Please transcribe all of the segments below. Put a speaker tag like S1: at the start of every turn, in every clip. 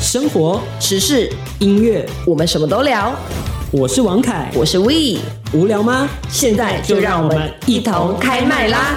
S1: 生活、
S2: 时事，
S1: 音乐，
S2: 我们什么都聊。
S1: 我是王凯。
S2: 我是 We，
S1: 无聊吗？
S2: 现在就让我们一同开麦啦！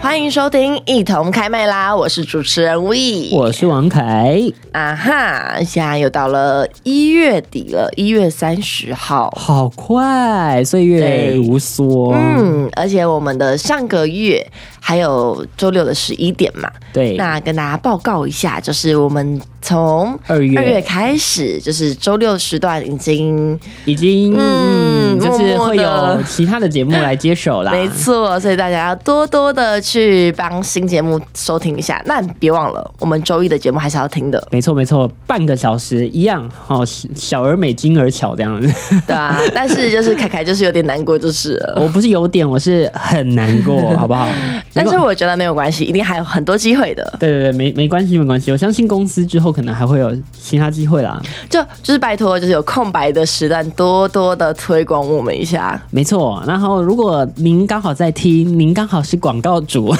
S2: 欢迎收听《一同开麦啦》，我是主持人 We。
S1: 我是王凯。
S2: 啊哈，现在又到了一月底了，一月三十号。
S1: 好快，岁月
S2: 对
S1: 如梭。
S2: 嗯，而且我们的上个月还有周六的十一点嘛，
S1: 对，
S2: 那跟大家报告一下，就是我们从
S1: 二月
S2: 二月开始，就是周六时段已经
S1: 已经嗯，
S2: 嗯
S1: 就是
S2: 默默
S1: 会
S2: 地
S1: 有其他的节目来接手啦。，
S2: 没错，所以大家要多多的去帮新节目收听一下。那别忘了，我们周一的节目还是要听的
S1: 没错没错，半个小时一样，哦，小而美，精而巧这样 子。
S2: 对啊。但是就是凯凯就是有点难过，就是了。
S1: 我不是有点，我是很难过，好不好？
S2: 但 是
S1: 没关
S2: 我觉得没有关系，一定还有很多机会的。
S1: 对对对，没没关系没关系，我相信公司之后可能还会有其他机会啦。
S2: 就就是拜托，就是有空白的时段，多多的推广我们一下。
S1: 没错，然后如果您刚好在听，您刚好是广告主，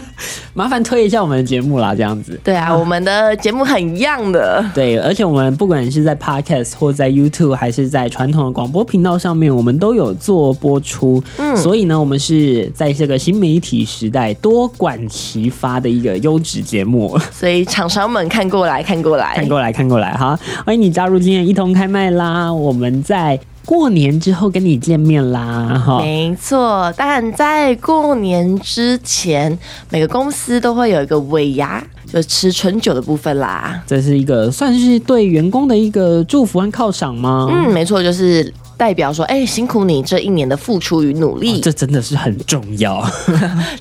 S1: 麻烦推一下我们的节目啦，这样子。
S2: 对啊，我们的节目很一样的。
S1: 对，而且我们不管是在 Podcast 或在 YouTube，还是在传统的广播频道上面，我们都有做播出。嗯，所以呢，我们是在这个新媒体时代多管齐发的一个优质节目。
S2: 所以厂商们看过来，看过来，
S1: 看过来，看过来哈！欢迎你加入今天一同开麦啦！我们在过年之后跟你见面啦，哈。
S2: 没错，但在过年之前，每个公司都会有一个尾牙，就吃春酒的部分啦。
S1: 这是一个算是对员工的一个祝福和犒赏吗？
S2: 嗯，没错，就是代表说，哎、辛苦你这一年的付出与努力，
S1: 哦这真的是很重 要。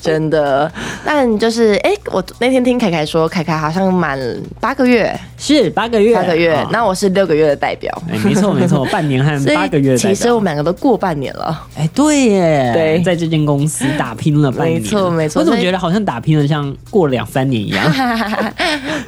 S2: 真的。但就是，哎、我那天听凯凯说，凯凯好像满八个月，
S1: 是八个月，
S2: 八个月，
S1: 哦
S2: 那我是六个月的代表。
S1: 哎没错没 错，半年和
S2: 所
S1: 八个月的
S2: 以
S1: 代表。
S2: 其实我们两个都过半年了，
S1: 哎，对耶，
S2: 对
S1: 在这间公司打拼了半年，
S2: 没错没错
S1: 我怎么
S2: 所以
S1: 觉得好像打拼了像过了两三年一 样？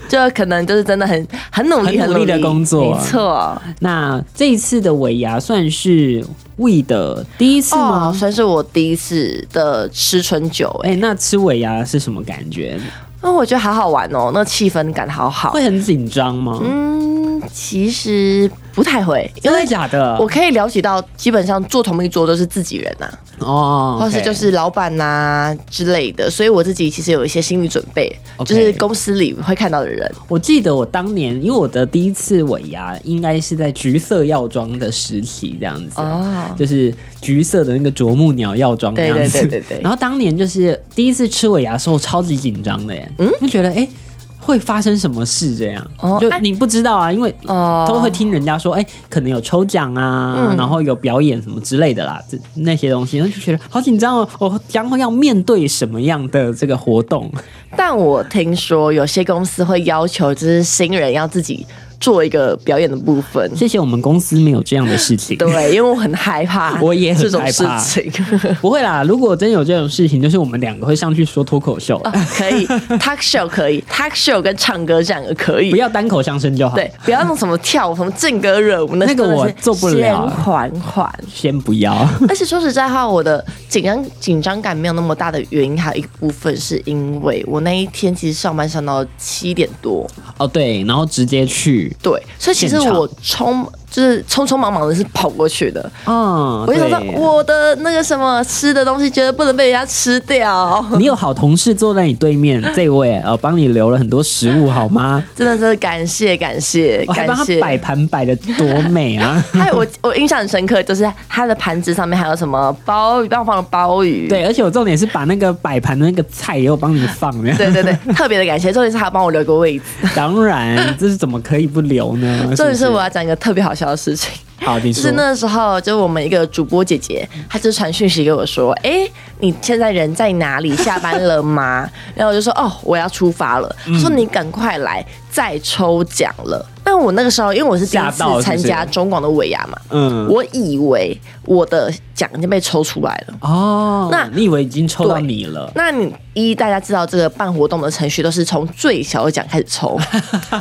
S2: 就可能就是真的很很努力、
S1: 很
S2: 很
S1: 努力的工作啊
S2: 没错。
S1: 那这一次的尾牙算是 We 的第一次
S2: 哦
S1: 吗，？
S2: 算是我第一次的吃春酒、哎。
S1: 哎，那吃尾牙是什么感觉？
S2: 哦，我觉得好好玩哦，那气氛感好好。
S1: 会很紧张吗？
S2: 嗯，其实不太会，因
S1: 真
S2: 为
S1: 的假的？
S2: 我可以了解到，基本上坐同一桌都是自己人呐、
S1: 哦，
S2: 或是
S1: OK
S2: 就是老板呐、之类的，所以我自己其实有一些心理准备
S1: OK
S2: 就是公司里会看到的人。
S1: 我记得我当年，因为我的第一次尾牙应该是在橘色药妆的时期，这样子。啊
S2: 哦
S1: 就是橘色的那个啄木鸟药妆那样子，
S2: 对对对对对
S1: 然后当年就是第一次吃尾牙的时候，超级紧张的耶，嗯，就觉得哎、诶会发生什么事这样，
S2: 哦
S1: 就
S2: 哎
S1: 你不知道啊，因为
S2: 哦
S1: 都会听人家说，哎、可能有抽奖啊，
S2: 嗯
S1: 然后有表演什么之类的啦，这那些东西，然后就觉得好紧张哦，我将会要面对什么样的这个活动？
S2: 但我听说有些公司会要求，就是新人要自己做一个表演的部分。
S1: 谢谢我们公司没有这样的事情，
S2: 对，因为我很害怕
S1: ，我也很
S2: 这种
S1: 害
S2: 事
S1: 怕
S2: 情。
S1: 不会啦，如果真有这种事情，就是我们两个会上去说脱口秀，
S2: 啊可以 talk show 可以 talk show 跟唱歌这样可以
S1: 不。要单口相声就好。
S2: 对，，不要弄什么跳舞、什么劲歌热舞，
S1: 那个我做不了
S2: 先缓缓。
S1: 先不 要。
S2: 而且说实在话，我的紧张紧张感没有那么大的原因，还有一部分是因为我那一天其实上班上到七点多，
S1: 哦，对，然后直接去。
S2: 对，所以其实
S1: 现场
S2: 我匆就是匆匆忙忙的是跑过去的。
S1: 嗯，
S2: 哦我就想到
S1: 对
S2: 我的那个什么吃的东西，绝对不能被人家吃掉，
S1: 你有好同事坐在你对面，这位呃帮你留了很多食物好吗？
S2: 真的是感谢感谢
S1: 哦我还
S2: 感
S1: 帮他
S2: 谢。
S1: 摆盘摆的多美 啊！
S2: 还有我我印象很深刻，就是它的盘子上面还有什么鲍鱼，帮我放了鲍鱼。
S1: 对，而且我重点是把那个摆盘的那个菜也有帮你放呢。
S2: 对对对，特别的感谢。重点是还帮我留个位置。
S1: 当然，这是怎么可以不留呢？
S2: 重点是
S1: 不
S2: 我要讲一个特别好笑的事情，
S1: 好，你
S2: 就
S1: 说
S2: 是那时候就是我们一个主播姐姐，她就传讯息给我说：“哎、你现在人在哪里？下班了吗？” 然后我就说：“哦，我要出发了。”
S1: 嗯
S2: 她说：“你赶快来，再抽奖了。”但我那个时候，因为我是第一
S1: 吓到是不是
S2: 次参加中广的尾牙嘛，
S1: 嗯
S2: 我以为我的奖已经被抽出来了。
S1: 哦，
S2: 那
S1: 你以为已经抽到
S2: 对
S1: 你了？
S2: 那你一大家知道这个办活动的程序都是从最小奖开始 抽，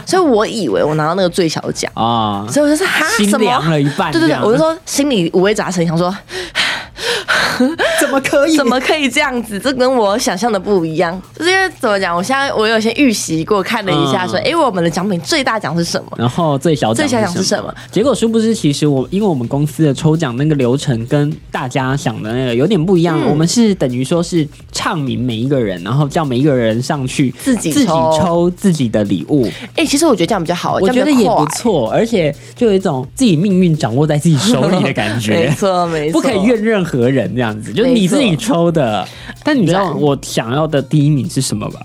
S2: 所以我以为我拿到那个最小奖，
S1: 啊，
S2: 所以我就说哈
S1: 心
S2: 什么
S1: 凉了一半
S2: 对
S1: 这
S2: 对对，
S1: 样
S2: 我就说心里五味杂陈，想说
S1: 怎么可以？
S2: 怎么可以这样子？这跟我想象的不一样。 就是因为怎么讲，我现在我有先预习过，看了一下说，
S1: 嗯
S2: 哎、我们的奖品最大奖是什么？
S1: 然后最小
S2: 最小奖是什
S1: 么
S2: 么？
S1: 结果殊不知，其实我因为我们公司的抽奖那个流程跟大家想的那个有点不一
S2: 嗯
S1: 样，我们是等于说是唱名每一个人，然后叫每一个人上去
S2: 自己
S1: 自己
S2: 抽
S1: 抽自己的礼物，
S2: 哎、其实我觉得这样比较好，
S1: 我
S2: 这
S1: 觉
S2: 样
S1: 得
S2: 比较
S1: 也不
S2: 快
S1: 错，而且就有一种自己命运掌握在自己手里的感觉
S2: 没。错，没
S1: 不
S2: 错，
S1: 可以怨任何人，这样子就是你自己抽的。但你知道我想要的第一名是什么吧？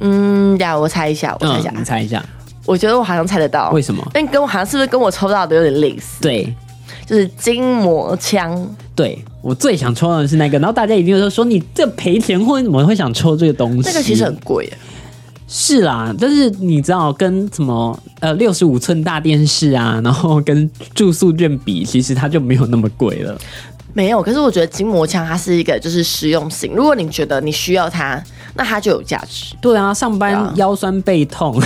S1: 嗯
S2: 嗯，呀，我猜一下，我猜一下，
S1: 你猜一下，
S2: 我觉得我好像猜得到，
S1: 为什么？
S2: 但跟我好像是不是跟我抽到的有点类似？
S1: 对，
S2: 就是筋膜枪，
S1: 对我最想抽到的是那个，然后大家一定会说你这赔钱或者怎么会想抽这个东西？
S2: 那个其实很贵耶，
S1: 是啦，但是你知道跟什么呃六十五寸大电视啊，然后跟住宿券比，其实它就没有那么贵了。
S2: 没有。可是我觉得筋膜枪它是一个就是实用性，如果你觉得你需要它，那它就有价值。
S1: 对啊，上
S2: 对
S1: 班
S2: 啊
S1: 腰酸背痛，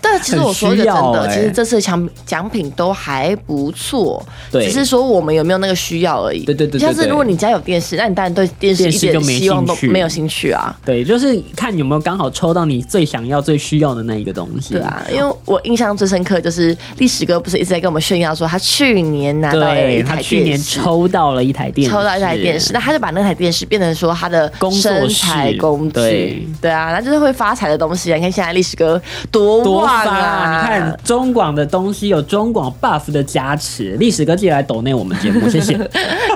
S2: 但其实我说一个真
S1: 很需要
S2: 的，
S1: 欸
S2: 其实这次奖奖品都还不错，
S1: 对
S2: 只是说我们有没有那个需要而已。
S1: 对对对对
S2: 像是
S1: 对
S2: 如果你家有电视，那你当然对电视
S1: 电
S2: 一
S1: 视就
S2: 点
S1: 没
S2: 希望
S1: 兴
S2: 都
S1: 趣
S2: 没有兴趣啊。
S1: 对，就是看有没有刚好抽到你最想要、最需要的那一个东西。
S2: 对啊，因为我印象最深刻就是历史哥不是一直在跟我们炫耀说他去年拿到了
S1: 对，
S2: 一
S1: 他
S2: 台电视，
S1: 去年抽到了一台电视，
S2: 抽到一台电视，那他就把那台电视变成说他的
S1: 工作
S2: 生
S1: 室
S2: 财工具，
S1: 对
S2: 啊，那就是会发财的东西啊。你看现在历史哥多
S1: 多
S2: 旺
S1: 发
S2: 啊！
S1: 你看 中广的东西有中广 buff 的加持，历史哥记得来抖内我们节目， 谢谢。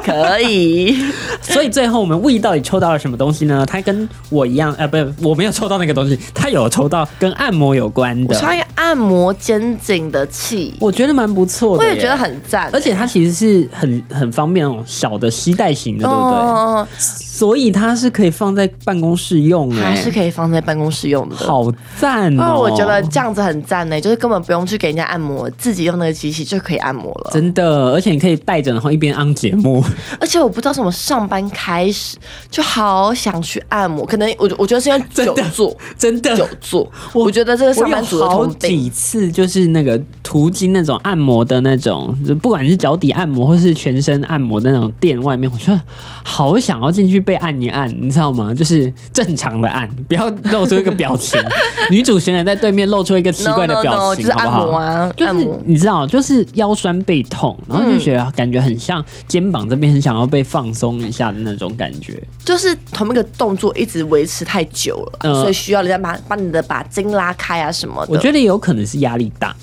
S2: 可以，
S1: 所以最后我们 We 到底抽到了什么东西呢？他跟我一样，呃，不是，我没有抽到那个东西，他有抽到跟按摩有关
S2: 我
S1: 的，
S2: 穿一个按摩肩颈的器，
S1: 我觉得蛮不错
S2: 我
S1: 的，
S2: 也觉得。很赞，
S1: 而且它其实是很很方便哦，小的吸带型的，对不对？
S2: 哦，
S1: 所以它是可以放在办公室用
S2: 还
S1: 哎、
S2: 是可以放在办公室用的。
S1: 好赞
S2: 哦，
S1: 哦！
S2: 我觉得这样子很赞呢，就是根本不用去给人家按摩，自己用那个机器就可以按摩了。
S1: 真的，而且你可以带着，然后一边按节目。
S2: 而且我不知道什么上班开始就好想去按摩，可能我我觉得是因为
S1: 真
S2: 久
S1: 的
S2: 坐，
S1: 真的
S2: 久坐，
S1: 我
S2: 我觉得这个上班族
S1: 我
S2: 的
S1: 有好
S2: 通病。
S1: 几次就是那个途经那种按摩的那种，就不管是脚底按摩或是全身按摩的那种店外面，我觉得好想要进去被按一按，你知道吗？就是正常的按，不要露出一个表 情。女主持人在对面露出一个奇
S2: No
S1: 怪的
S2: no
S1: 表
S2: no，
S1: 情
S2: 就是按
S1: 好不
S2: 摩
S1: 好？
S2: 啊，
S1: 就
S2: 按
S1: 是
S2: 摩。嗯
S1: 你知道，就是腰酸背痛，然后就觉得感觉很像肩膀这边很想要被放松一下的那种感觉。
S2: 就是同一个动作一直维持太久了，
S1: 嗯
S2: 所以需要人家把把你的把筋拉开啊什么的。
S1: 我觉得有可能是压力大，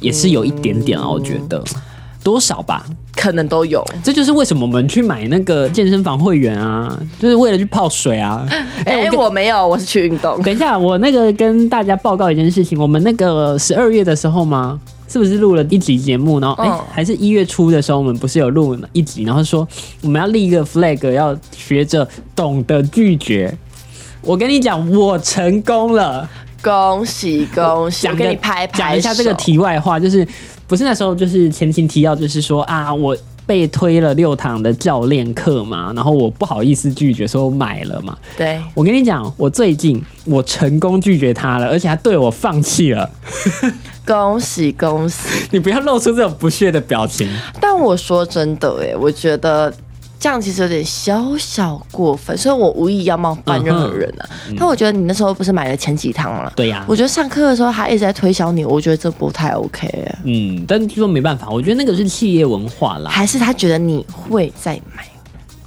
S1: 也是有一点点啊，我觉得
S2: 嗯
S1: 多少吧。
S2: 可能都有。
S1: 这就是为什么我们去买那个健身房会员啊，就是为了去泡水 啊。
S2: 哎、
S1: 我跟
S2: 我没有，我是去运动。
S1: 等一下，我那个跟大家报告一件事情，我们那个十二月的时候吗？是不是录了一集节目？然后哎、
S2: 嗯
S1: 还是一月初的时候，我们不是有录一集，然后说我们要立一个 flag，要学着懂得拒绝。我跟你讲，我成功了。
S2: 恭喜恭喜！我
S1: 讲
S2: 给
S1: 个
S2: 你拍拍
S1: 讲一下这个
S2: 手
S1: 题外话，就是不是那时候就是前情提要，就是说啊，我被推了六堂的教练课嘛，然后我不好意思拒绝，所以我买了嘛。
S2: 对，
S1: 我跟你讲，我最近我成功拒绝他了，而且他对我放弃了。
S2: 恭喜恭喜！
S1: 你不要露出这种不屑的表 情。
S2: 但我说真的、哎，我觉得这样其实有点小小过分，虽然我无意要冒犯任何人啊，但我觉得你那时候不是买了前几堂吗？
S1: 嗯对呀、
S2: 我觉得上课的时候他一直在推销你，我觉得这不太 OK，哎
S1: 嗯，但就说没办法，我觉得那个是企业文化啦。
S2: 还是他觉得你会再买，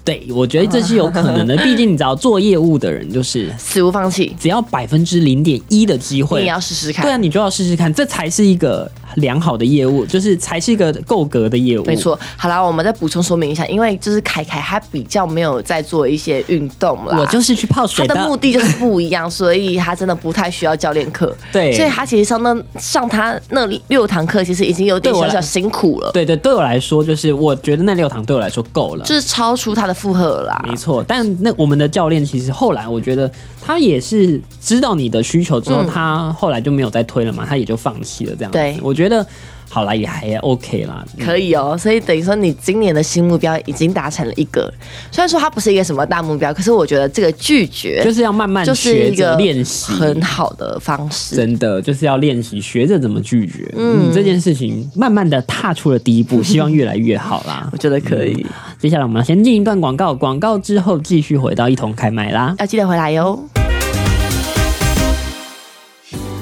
S1: 对，我觉得这是有可能的， 毕竟你知道，做业务的人就是
S2: 死不放弃，
S1: 只要百分之零点一的机会，
S2: 你也要试试看。
S1: 对啊，你就要试试看，这才是一个良好的业务，就是才是一个够格的业务。
S2: 没，错，好啦，我们再补充说明一下，因为就是凯凯他比较没有在做一些运动啦，
S1: 我就是去泡
S2: 他
S1: 水的。
S2: 的目的就是不一样，所以他真的不太需要教练课。
S1: 对
S2: 所以他其实上那上他那六堂课，其实已经有点
S1: 对我
S2: 小
S1: 来
S2: 小辛苦了，
S1: 对对，对我来说，就是我觉得那六堂对我来说够了。
S2: 就是啊超出他的负荷了啦。
S1: 没错，但那我们的教练其实后来，我觉得他也是知道你的需求之后，他后来就没有再推了嘛，他也就放弃了这样子。
S2: 嗯对
S1: 我觉得好啦，也还 OK 啦。
S2: 可以哦，所以等于说你今年的新目标已经达成了一个，虽然说它不是一个什么大目标，可是我觉得这个拒绝
S1: 就是要慢慢
S2: 就是
S1: 学
S2: 一
S1: 着
S2: 个
S1: 练习，
S2: 很好的方式。
S1: 真的就是要练习学着怎么拒嗯绝。嗯，这件事情慢慢的踏出了第一步，希望越来越好啦。
S2: 我觉得可以，
S1: 接下来我们要先进一段广告，广告之后继续回到一同开麦啦。
S2: 要记得回来哟。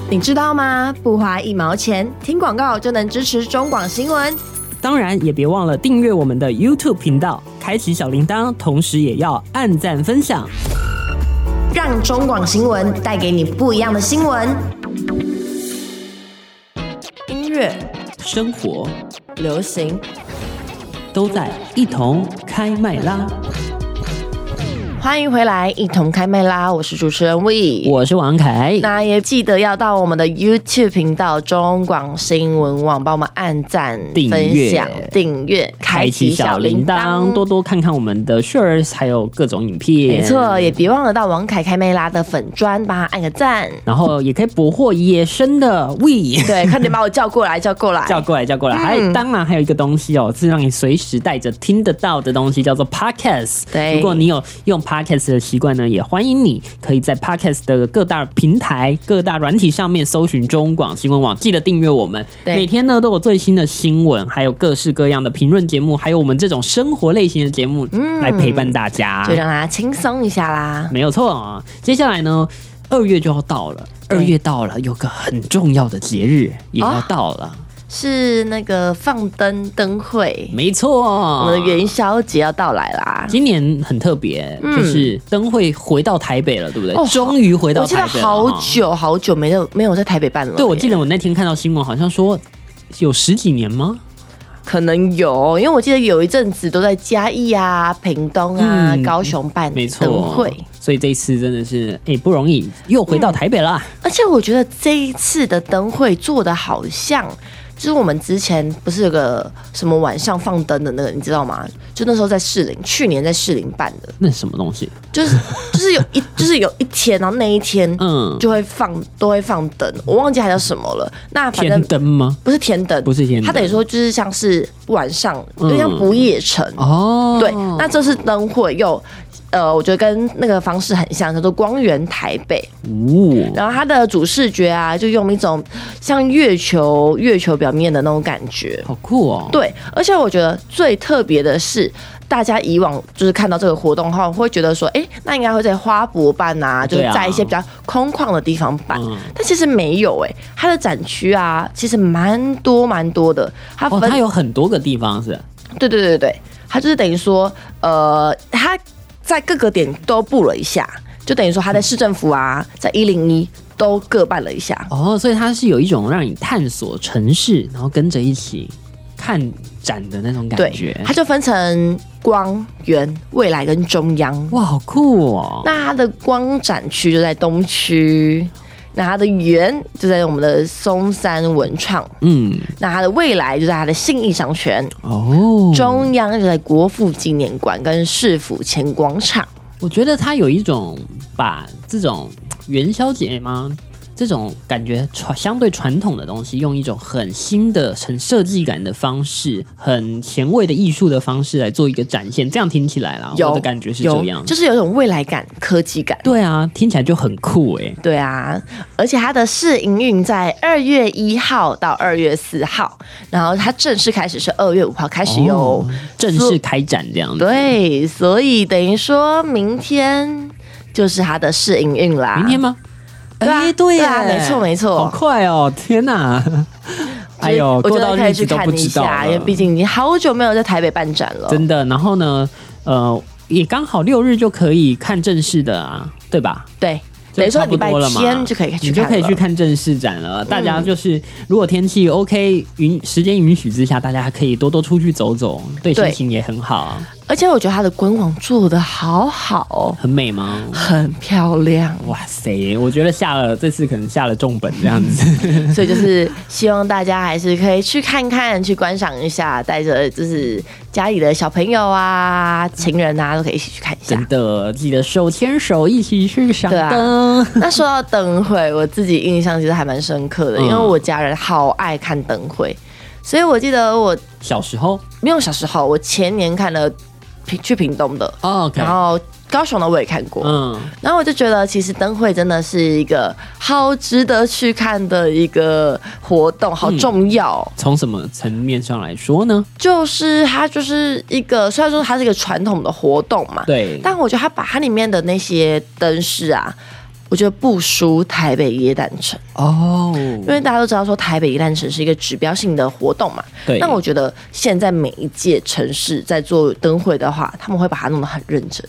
S2: 你知道吗？不花一毛钱，听广告就能支持中广新闻。
S1: 当然也别忘了订阅我们的 YouTube 频道，开启小铃铛，同时也要按赞分享。
S2: 让中广新闻带给你不一样的新闻。音乐、
S1: 生活
S2: 流行，
S1: 都在一同开麦啦！
S2: 欢迎回来，一同开麦啦！我是主持人 We。
S1: 我是王凯，
S2: 那也记得要到我们的 YouTube 频道中广新闻网帮我们按赞、
S1: 订
S2: 分
S1: 阅
S2: 享、订阅、
S1: 开启小铃铛，多多看看我们的 Shorts，还有各种影片。
S2: 没错，也别忘了到王凯开麦拉的粉砖帮他按 个赞。
S1: 然后也可以捕获野生的 We。
S2: 对，快点把我叫过来，叫过来。嗯
S1: 叫过来，叫过来！还有当然还有一个东西哦，是让你随时带着听得到的东西，叫做 Podcast。
S2: 对
S1: 如果你有用 Podcast 的习惯呢，也欢迎你可以在 Podcast 的各大平台、各大软体上面搜寻中广新闻网，记得订阅我们。
S2: 对
S1: 每天呢都有最新的新闻，还有各式各样的评论节目，还有我们这种生活类型的节目、
S2: 嗯
S1: 来陪伴大家
S2: 就。让大家轻松一下啦。
S1: 没有错啊！接下来呢，二月就要到了，
S2: 对
S1: 二月到了，有个很重要的节日也要
S2: 哦
S1: 到了。
S2: 是那个放灯灯会，
S1: 没错，
S2: 我
S1: 我
S2: 们的元宵节要到来啦。
S1: 今年很特别，就是灯会回到台北了，对不对
S2: 嗯哦？
S1: 终于回到
S2: 我记得
S1: 台北了。
S2: 好
S1: 哈
S2: 久好久没有没有在台北办了耶。
S1: 对，我记得我那天看到新闻，好像说有十几年吗？
S2: 可能有，因为我记得有一阵子都在嘉义啊、屏东啊、
S1: 嗯
S2: 高雄办
S1: 没
S2: 灯
S1: 错
S2: 会，，
S1: 所以这一次真的是哎不容易，又回到台北了。
S2: 而且我觉得这一次的灯会做的好像。就是我们之前不是有个什么晚上放灯的那个，你知道吗？就那时候在士林，去年在士林办的，
S1: 那是什么东西？
S2: 就是 就是有一就是有一天，然后那一天，
S1: 嗯，
S2: 就会放都会放灯，我忘记它叫什么了。那反
S1: 天
S2: 正
S1: 灯吗？
S2: 不是天灯，
S1: 不是天灯
S2: 它等于说就是像是晚上，
S1: 嗯
S2: 有点像不夜城。
S1: 哦，
S2: 对，那这次灯会又。呃，我觉得跟那个方式很像，叫做光源台北。
S1: 哦，
S2: 然后它的主视觉啊，就用一种像月球、月球表面的那种感觉。
S1: 好酷哦。
S2: 对，而且我觉得最特别的是，大家以往就是看到这个活动后，会觉得说，哎、那应该会在花博办啊，就是
S1: 对啊
S2: 在一些比较空旷的地方办。
S1: 嗯
S2: 但其实没有哎、诶它的展区啊，其实蛮多蛮多的。它
S1: 哦，
S2: 分、
S1: 它有很多个地方是，
S2: 对对对对对，它就是等于说，呃，它在各个点都布了一下，就等于说它在市政府啊，在一零一都各办了一下。
S1: 哦，所以它是有一种让你探索城市，然后跟着一起看展的那种感
S2: 对
S1: 觉，。
S2: 它就分成光源、未来跟中央。
S1: 哇，好酷哦！
S2: 那它的光展区就在东区，那它的园就在我们的松山文创，
S1: 嗯，
S2: 那它的未来就在它的信义商圈，
S1: 哦，
S2: 中央就在国父纪念馆跟市府前广场。
S1: 我觉得它有一种把这种元宵节吗？这种感觉传相对传统的东西，用一种很新的、很设计感的方式，很前卫的艺术的方式来做一个展现，这样听起来啦，
S2: 有
S1: 我的感觉是这样
S2: 有。就是有一种未来感、科技感。
S1: 对啊，听起来就很酷欸诶、
S2: 对啊，而且它的试营运在二月一号到二月四号，然后它正式开始是二月五号开始
S1: 哦
S2: 哟。
S1: 啊正式开展这样子。
S2: 对，所以等于说明天就是它的试营运啦。
S1: 明天吗？
S2: 对啊
S1: 诶对
S2: 对啊
S1: 耶
S2: 没错没错
S1: 好快哦！天哪，哎呦，
S2: 我觉
S1: 过到
S2: 得可
S1: 日
S2: 以
S1: 子
S2: 去
S1: 都
S2: 看
S1: 不
S2: 一
S1: 知道
S2: 下，
S1: 了
S2: 因为毕竟已经好久没有在台北办展了。
S1: 真的。然后呢，呃，也刚好六日就可以看正式的啊，对吧？
S2: 对，
S1: 就
S2: 等于说
S1: 差不
S2: 礼拜
S1: 多了嘛
S2: 天就可以去
S1: 你就
S2: 看
S1: 可以去
S2: 了。嗯
S1: 看正式展了。大家就是，如果天气 OK 允时间允许之下，大家还可以多多出去走走，对
S2: 对
S1: 心情也很好，
S2: 而且我觉得它的官网做的好好哦，
S1: 很美吗？
S2: 很漂 亮，
S1: 哇塞，我觉得下了这次可能下了重本这样子。
S2: 所以就是希望大家还是可以去看看、去观赏一下，带着就是家里的小朋友啊、情人啊，都可以一起去看一下
S1: 真。的，记得手牵手一起去赏
S2: 对啊
S1: 灯。
S2: 那说到灯会，我自己印象其实还蛮深刻的，
S1: 嗯
S2: 因为我家人好爱看灯会，所以我记得我
S1: 小时候
S2: 没有小时候，我前年看了屏去屏东的，
S1: 哦，OK，
S2: 然后高雄的我也看过，
S1: 嗯，
S2: 然后我就觉得，其实灯会真的是一个好值得去看的一个活动，好
S1: 嗯
S2: 重要。
S1: 从什么层面上来说呢？
S2: 就是它就是一个，虽然说它是一个传统的活动嘛，
S1: 对，
S2: 但我觉得它把它里面的那些灯饰啊，我觉得不输台北耶诞城，
S1: 哦，
S2: 因为大家都知道说台北耶诞城是一个指标性的活动嘛。
S1: 对，
S2: 但我觉得现在每一届城市在做灯会的话，他们会把它弄得很认真。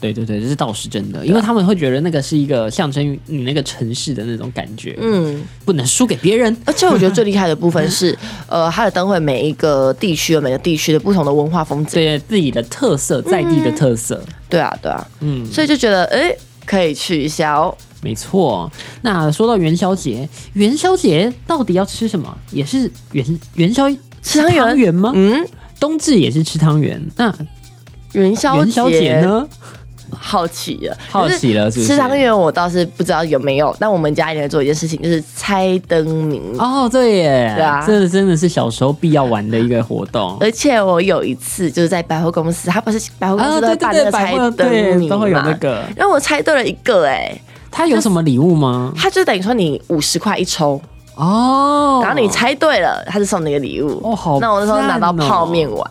S1: 对对对，这是倒是真
S2: 啊
S1: 的，因为他们会觉得那个是一个象征于你那个城市的那种感觉，
S2: 嗯，
S1: 不能输给别人。
S2: 而且我觉得最厉害的部分 是，呃，它的灯会每一个地区有每个地区的不同的文化风景。
S1: 对自己的特色，在地的特色，
S2: 对啊，对啊，
S1: 嗯，
S2: 所以就觉得哎、诶可以去一下哦。
S1: 没错。那说到元宵节，元宵节到底要吃什么？也是元元宵
S2: 吃汤圆
S1: 汤圆吗？
S2: 嗯，
S1: 冬至也是吃汤圆，那
S2: 元宵
S1: 元宵节呢？
S2: 好奇了，
S1: 好奇了
S2: 可
S1: 是不是
S2: 吃汤圆我倒是不知道有没有，但我们家里在做一件事情，就是猜灯谜。
S1: 哦，对耶，
S2: 对啊
S1: 这真的是小时候必要玩的一个活动。
S2: 而且我有一次就是在百货公司，它不是百货公
S1: 啊，
S2: 司都会
S1: 对
S2: 办
S1: 对
S2: 那
S1: 对，
S2: 个
S1: 百
S2: 猜
S1: 货
S2: 灯
S1: 对
S2: 谜
S1: 都会有那
S2: 嘛，
S1: 个，
S2: 然后我猜对了一个哎、诶
S1: 它有什么礼物吗？
S2: 它就等于说你五十块一抽，
S1: 哦，
S2: 然后你猜对了，它就送你一个礼物。
S1: 哦好
S2: 那我那时候拿到
S1: 赞哦
S2: 泡面碗，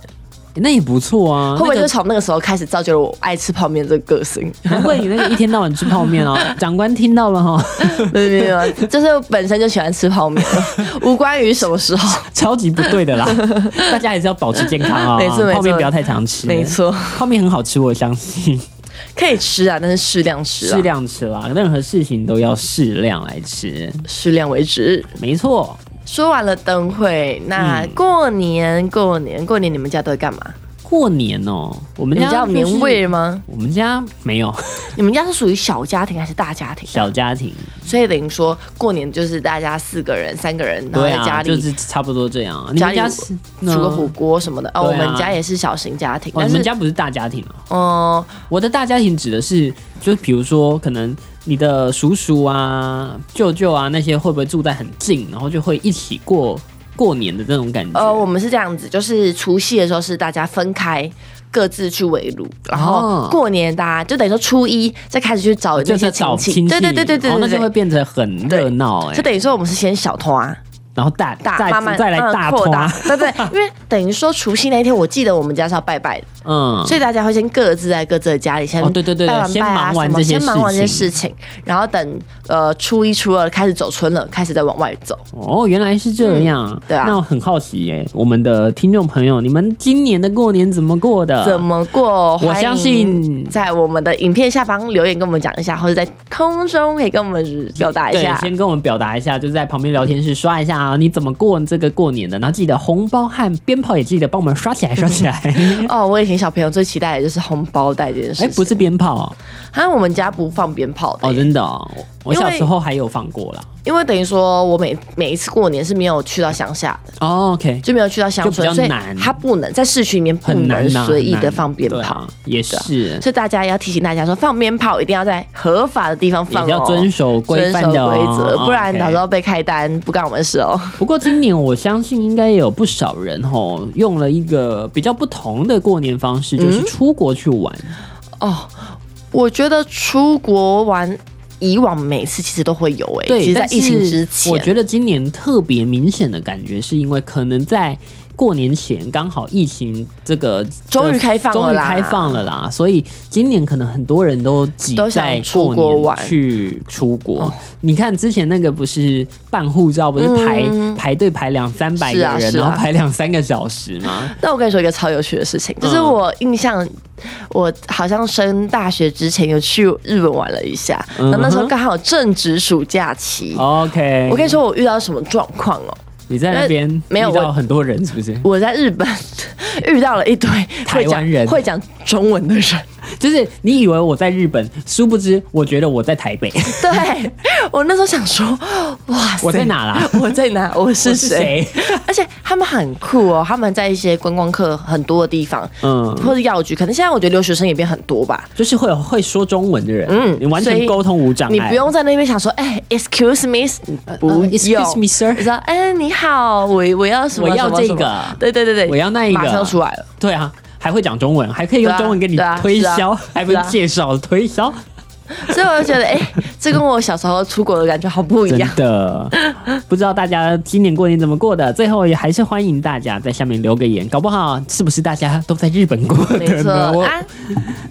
S1: 那也不错啊，
S2: 会不会
S1: 那
S2: 就
S1: 个
S2: 是从那个时候开始造就了我爱吃泡面这个 个性？
S1: 难怪你那个一天到晚吃泡面哦， 长官听到了哈，
S2: 没有没有，没有就是我本身就喜欢吃 泡面了，无关于什么时候。
S1: 超级不对的 啦。大家还是要保持健康啊、
S2: 没错没错
S1: 泡面不要太常吃，
S2: 没错，
S1: 泡面很好吃，我相信，
S2: 可以吃啊，但是适量吃、啊，
S1: 适量吃啦，任何事情都要适量来吃，
S2: 适量为止。
S1: 没错。
S2: 说完了灯会，那
S1: 嗯
S2: 过年、过年过年你们家都会干嘛？
S1: 过年哦、我们
S2: 你们
S1: 家
S2: 家有
S1: 就是
S2: 年味吗？
S1: 我们家没有
S2: 你们家是属于小家庭还是大家庭？
S1: 小家庭，
S2: 所以等于说过年就是大家四个人、三个人，然后
S1: 对
S2: 在
S1: 啊，
S2: 家
S1: 就
S2: 里
S1: 是差不多这样啊。你们家
S2: 家里
S1: 是
S2: 煮个火锅什么的。哦，我
S1: 对啊
S2: 们家也是小型家庭，
S1: 哦，
S2: 但
S1: 你
S2: 是
S1: 们家不是大家庭哦、
S2: 嗯，
S1: 我的大家庭指的是，就是比如说，可能你的叔叔啊、舅舅啊那些会不会住在很近，然后就会一起过过年的那种感觉？
S2: 呃，我们是这样子，就是除夕的时候是大家分开。各自去围炉，然后过年大家就等于说初一再开始去找
S1: 哦就
S2: 那
S1: 是
S2: 些
S1: 找
S2: 亲
S1: 亲
S2: 戚，
S1: 戚，
S2: 对对对对对
S1: 哦，那
S2: 对
S1: 就会
S2: 对，
S1: 变成很热闹哎
S2: 就。等于说我们是先小团啊，
S1: 然后大
S2: 大
S1: 再
S2: 慢慢
S1: 再来
S2: 慢慢
S1: 大
S2: 扩
S1: 团，
S2: 大，对对，因为等于说除夕那一天，我记得我们家是要拜拜的，
S1: 嗯，
S2: 所以大家会先各自在各自的家里先
S1: 哦对对对对
S2: 拜完拜啊
S1: 先忙完
S2: 什么
S1: 这些
S2: 先忙完
S1: 事
S2: 这些事情，然后等呃初一初二开始走春了，开始再往外走。
S1: 哦，原来是这样。
S2: 对啊
S1: 那我很好奇耶，我们的听众朋友，你们今年的过年怎么过的？
S2: 怎么过？
S1: 啊我
S2: 欢迎
S1: 相信
S2: 在我们的影片下方留言跟我们讲一下，或者在空中可以跟我们表达一
S1: 对，
S2: 下。
S1: 先跟我们表达一下，就在旁边聊天室刷一下啊，你怎么过这个过年的？然后记得红包和鞭炮也记得帮我们刷起 来，刷起来。
S2: 哦，我以前小朋友最期待的就是红包袋这件事
S1: 哎、
S2: 情。
S1: 不是，鞭炮
S2: 好像我们家不放鞭炮的、
S1: 哦，真的、哦，我
S2: 因为
S1: 小时候还有放过啦。
S2: 因为等于说我每每一次过年是没有去到乡下的，
S1: 哦，OK，
S2: 就没有去到乡
S1: 就比
S2: 村
S1: 较，
S2: 所以
S1: 难
S2: 他不能在市区里面不
S1: 很难
S2: 能
S1: 呐、
S2: 随意
S1: 很
S2: 的
S1: 难
S2: 放鞭
S1: 对
S2: 炮。
S1: 啊也是。
S2: 所以大家要提醒大家说，放鞭炮一定要在合法的地方放、哦，
S1: 也要遵守规范的哦
S2: 遵守规则，
S1: 哦
S2: 不然
S1: OK
S2: 到时候被开单不干我们事哦。
S1: 不过今年我相信应该也有不少人吼用了一个比较不同的过年方
S2: 嗯
S1: 式，就是出国去玩。
S2: 哦，我觉得出国玩，以往每次其实都会有诶、
S1: 对，
S2: 其实在
S1: 但
S2: 疫情之
S1: 是我
S2: 前，
S1: 觉得今年特别明显的感觉，是因为可能在过年前刚好疫情这个
S2: 终于开放了
S1: 终于
S2: 啦
S1: 开放了啦，所以今年可能很多人都挤
S2: 都想
S1: 在
S2: 出
S1: 过
S2: 国
S1: 年
S2: 玩哦
S1: 去出国。你看之前那个不是办护照，不是排、排队排两三百个
S2: 嗯是啊
S1: 人，
S2: 是啊
S1: 然后排两三个小时 吗？
S2: 那我跟你说一个超有趣的事情，就是
S1: 嗯
S2: 我印象，我好像升大学之前有去日本玩了一下，然后那时
S1: 嗯
S2: 候
S1: 哼哦
S2: 刚好正值暑假期。
S1: OK，
S2: 我跟你说，我遇到什么状况哦？
S1: 你在那边
S2: 没有
S1: 遇到
S2: 我
S1: 很多人是不 是？
S2: 我在日本 遇到了一堆
S1: 台湾人
S2: 会讲会讲中文 的人，
S1: 就是你以为我在日本，殊不知我觉得我在台北，
S2: 对我那时候想说，哇塞，
S1: 我在？哪啦？
S2: 我 在哪？我是
S1: 我是
S2: 谁？
S1: 谁？
S2: 而且他们很酷哦，他们在一些观光客很多的地方，
S1: 嗯，
S2: 或者药局，可能现在我觉得留学生也变很多吧。
S1: 就是会有会说中文的人，
S2: 嗯
S1: 嗯，你完
S2: 所
S1: 全
S2: 以
S1: 沟通无障碍，
S2: 你不用在那边想说，哎、e x c u s e me，不用。
S1: 呃 excuse me sir，
S2: 你知道，哎、你好，我我要什么？
S1: 我要
S2: 什么
S1: 这
S2: 什么
S1: 个
S2: 对对对对，
S1: 我要那一个
S2: 马上就出来了。
S1: 对啊，还会讲中文，还可以用
S2: 对啊
S1: 中文给你
S2: 对啊
S1: 推
S2: 是啊
S1: 销，还会
S2: 是啊
S1: 介绍推销，
S2: 所以我就觉得，哎、这跟我小时候出国的感觉好不一
S1: 真
S2: 样。
S1: 的。 不知道大家今年过年怎么过的？最后也还是欢迎大家在下面留个言，搞不好是不是大家都在日本过
S2: 没
S1: 的
S2: 错
S1: 呢？我
S2: 啊，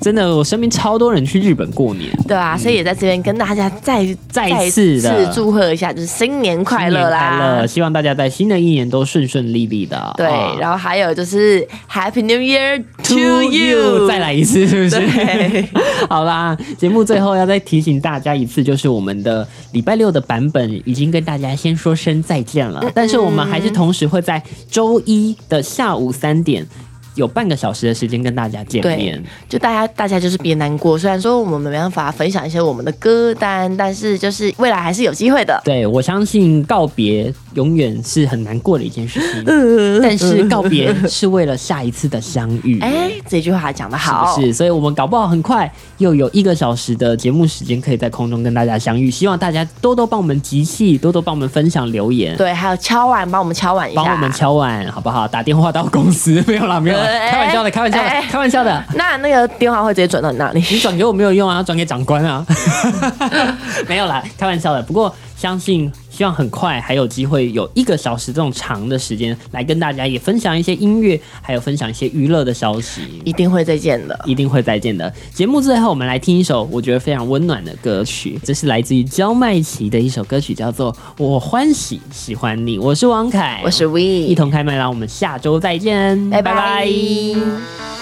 S1: 真的，我身边超多人去日本过年。
S2: 对啊，所以也在这边跟大家再
S1: 嗯再次的
S2: 再次祝贺一下，就是新年快乐
S1: 新年快
S2: 啦
S1: 乐！！希望大家在新的一年都顺顺利利的。
S2: 对，
S1: 啊
S2: 然后还有就是 Happy New Year
S1: To
S2: to you，
S1: 再来一次，是不 是
S2: 对？
S1: 好啦，节目最后要再提醒大家一次，就是我们的礼拜六的版本已经跟大家先说声再见
S2: 嗯
S1: 了，但是我们还是同时会在周一的下午三点。有半个小时的时间跟大家见面
S2: 对，，就大家大家就是别难过。虽然说我们没办法分享一些我们的歌单，但是就是未来还是有机会的。
S1: 对我相信告别永远是很难过的一件事情，
S2: 嗯
S1: 但是告别是为了下一次的相遇。
S2: 哎，这句话讲得好，
S1: 是不是？所以我们搞不好很快又有一个小时的节目时间可以在空中跟大家相遇。希望大家多多帮我们集气，多多帮我们分享留言，
S2: 对，还有敲碗，帮我们敲碗一下，
S1: 帮我们。敲碗好不好？打电话到公司没有啦，没有啦，
S2: 哎
S1: 开玩笑的，开玩笑的，
S2: 哎
S1: 开玩笑的。
S2: 那那个电话会直接转到你那里？
S1: 你转给我没有用啊，转给长官啊， 没有啦，开玩笑的。不过相信，希望很快还有机会有一个小时这种长的时间来跟大家也分享一些音乐，还有分享一些娱乐的消息。
S2: 一定会再见的。
S1: 一定会再见的。节目最后，我们来听一首我觉得非常温暖的歌曲，这是来自于焦麦琪的一首歌曲，叫做《我欢喜喜欢你》。我是王凯，
S2: 我是 We，
S1: 一同开麦啦，我们下周再见，
S2: 拜拜